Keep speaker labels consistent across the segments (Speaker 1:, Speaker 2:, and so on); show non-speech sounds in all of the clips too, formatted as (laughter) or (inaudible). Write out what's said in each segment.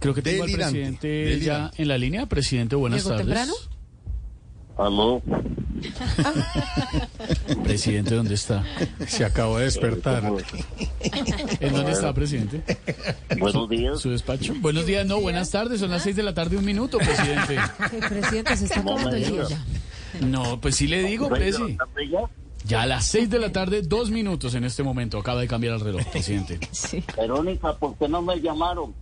Speaker 1: Creo que tengo
Speaker 2: Delirante,
Speaker 1: al presidente
Speaker 2: delirante.
Speaker 1: ya en la línea. Presidente, buenas
Speaker 3: ¿Llegó
Speaker 1: tardes.
Speaker 3: temprano?
Speaker 4: Aló,
Speaker 1: Presidente, ¿dónde está?
Speaker 5: Se acabó de
Speaker 4: Eh,
Speaker 5: despertar.
Speaker 1: ¿En dónde está, presidente?
Speaker 4: buenos días.
Speaker 1: Su despacho. Buenos días, no, buenas tardes. Son las seis de la tarde, un minuto, presidente.
Speaker 3: El presidente se está
Speaker 4: No me
Speaker 3: acabando el día
Speaker 4: digas.
Speaker 3: ya.
Speaker 1: No, pues sí le digo,
Speaker 4: ¿Seis de la
Speaker 1: presi.
Speaker 4: tarde ya?
Speaker 1: Ya a las seis de la tarde, dos minutos en este momento. Acaba de cambiar el reloj, presidente.
Speaker 3: Sí.
Speaker 4: Verónica, ¿por qué no me llamaron?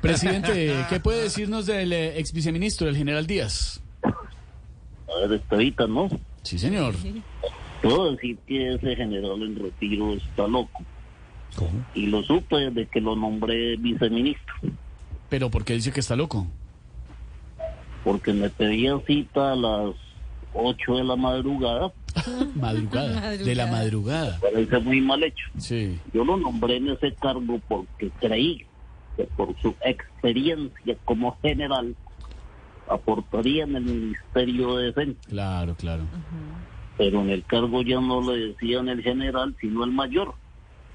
Speaker 1: Presidente, ¿qué puede decirnos del eh, ex viceministro, el general Díaz?
Speaker 4: A ver, Estevita, ¿no?
Speaker 1: Sí, señor.
Speaker 4: Puedo decir que ese general en retiro está loco.
Speaker 1: ¿Cómo?
Speaker 4: Y lo supe desde que lo nombré viceministro.
Speaker 1: Pero ¿por qué dice que está loco?
Speaker 4: Porque me pedía cita a las 8 de la madrugada.
Speaker 1: Madrugada. De la madrugada.
Speaker 4: Parece muy mal hecho.
Speaker 1: Sí.
Speaker 4: Yo lo nombré en ese cargo porque creí que por su experiencia como general aportaría en el Ministerio de Defensa.
Speaker 1: Claro, claro.
Speaker 4: pero en el cargo ya no le decían el general, sino el mayor.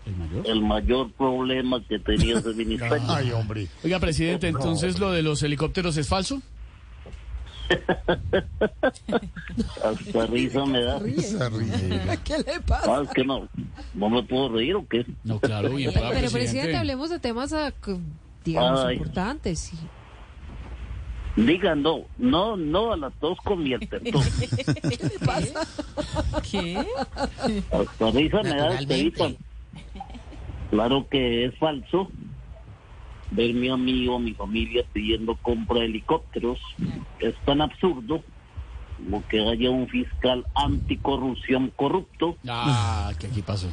Speaker 1: ¿El mayor?
Speaker 4: El mayor problema que tenía ese ministerio.
Speaker 5: Ay, hombre.
Speaker 1: Oiga, presidente, entonces lo de los helicópteros es falso.
Speaker 4: Hasta risa me da.
Speaker 5: Se ríe.
Speaker 3: ¿Qué le pasa?
Speaker 4: Ah, es que no. ¿No me puedo reír o qué?
Speaker 1: No, claro, bien
Speaker 3: Pero,
Speaker 1: para
Speaker 3: presidente,
Speaker 1: presidente.
Speaker 3: hablemos de temas, ah, que, digamos,
Speaker 4: Ay.
Speaker 3: importantes. sí.
Speaker 4: Digan no. No, no a la tos con mi alternón.
Speaker 3: (laughs) ¿Qué?
Speaker 4: Hasta risa me da.
Speaker 3: Naturalmente.
Speaker 4: Estevita. Claro que es falso verme a mí o a mi familia pidiendo compra de helicópteros. Es tan absurdo como que haya un fiscal anticorrupción corrupto
Speaker 1: Ah, que aquí pasó.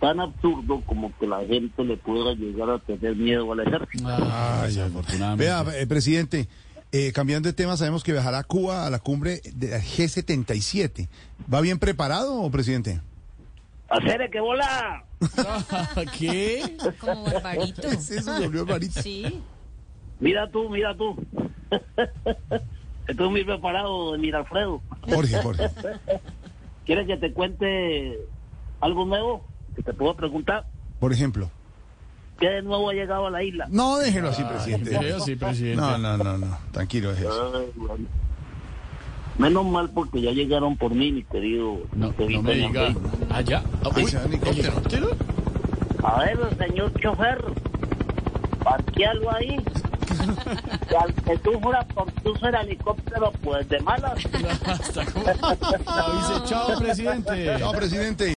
Speaker 4: tan absurdo como que la gente le pueda llegar a tener miedo al ejército.
Speaker 1: Ah,
Speaker 5: Ay,
Speaker 1: desafortunadamente.
Speaker 2: Vea, eh, presidente, eh, cambiando de tema, sabemos que viajará a Cuba a la cumbre de la G77. ¿Va bien preparado, presidente?
Speaker 4: ¡Hacer que bola!
Speaker 1: Ah, (laughs) ¿Qué?
Speaker 6: Como
Speaker 3: (laughs)
Speaker 6: barbarito.
Speaker 2: Sí, se volvió rarito.
Speaker 6: Sí.
Speaker 4: Mira tú, mira tú. Estoy muy preparado, mira Alfredo.
Speaker 2: Jorge, Jorge.
Speaker 4: ¿Quieres que te cuente algo nuevo? Que te puedo preguntar.
Speaker 2: Por ejemplo.
Speaker 4: ¿Qué de nuevo ha llegado a la isla?
Speaker 2: No, Ah, déjelo así,
Speaker 1: Ah, Creo,
Speaker 2: presidente.
Speaker 1: sí, presidente.
Speaker 2: No, no, no, no. Tranquilo, déjelo así.
Speaker 4: Ay, bueno. Menos mal porque ya llegaron por mí, mi querido.
Speaker 1: No,
Speaker 4: Estevita
Speaker 1: no me
Speaker 4: y
Speaker 1: diga.
Speaker 4: Alfredo.
Speaker 1: Allá. Ah, uy,
Speaker 2: Ahí se va el helicóptero.
Speaker 1: ¿helicóptero?
Speaker 4: A ver, señor chofer,
Speaker 1: (laughs)
Speaker 4: parquealo ahí. Y al que tú juras por tu ser helicóptero, pues de malas.
Speaker 1: Hasta como. Avise, Chao, presidente.
Speaker 2: No, presidente.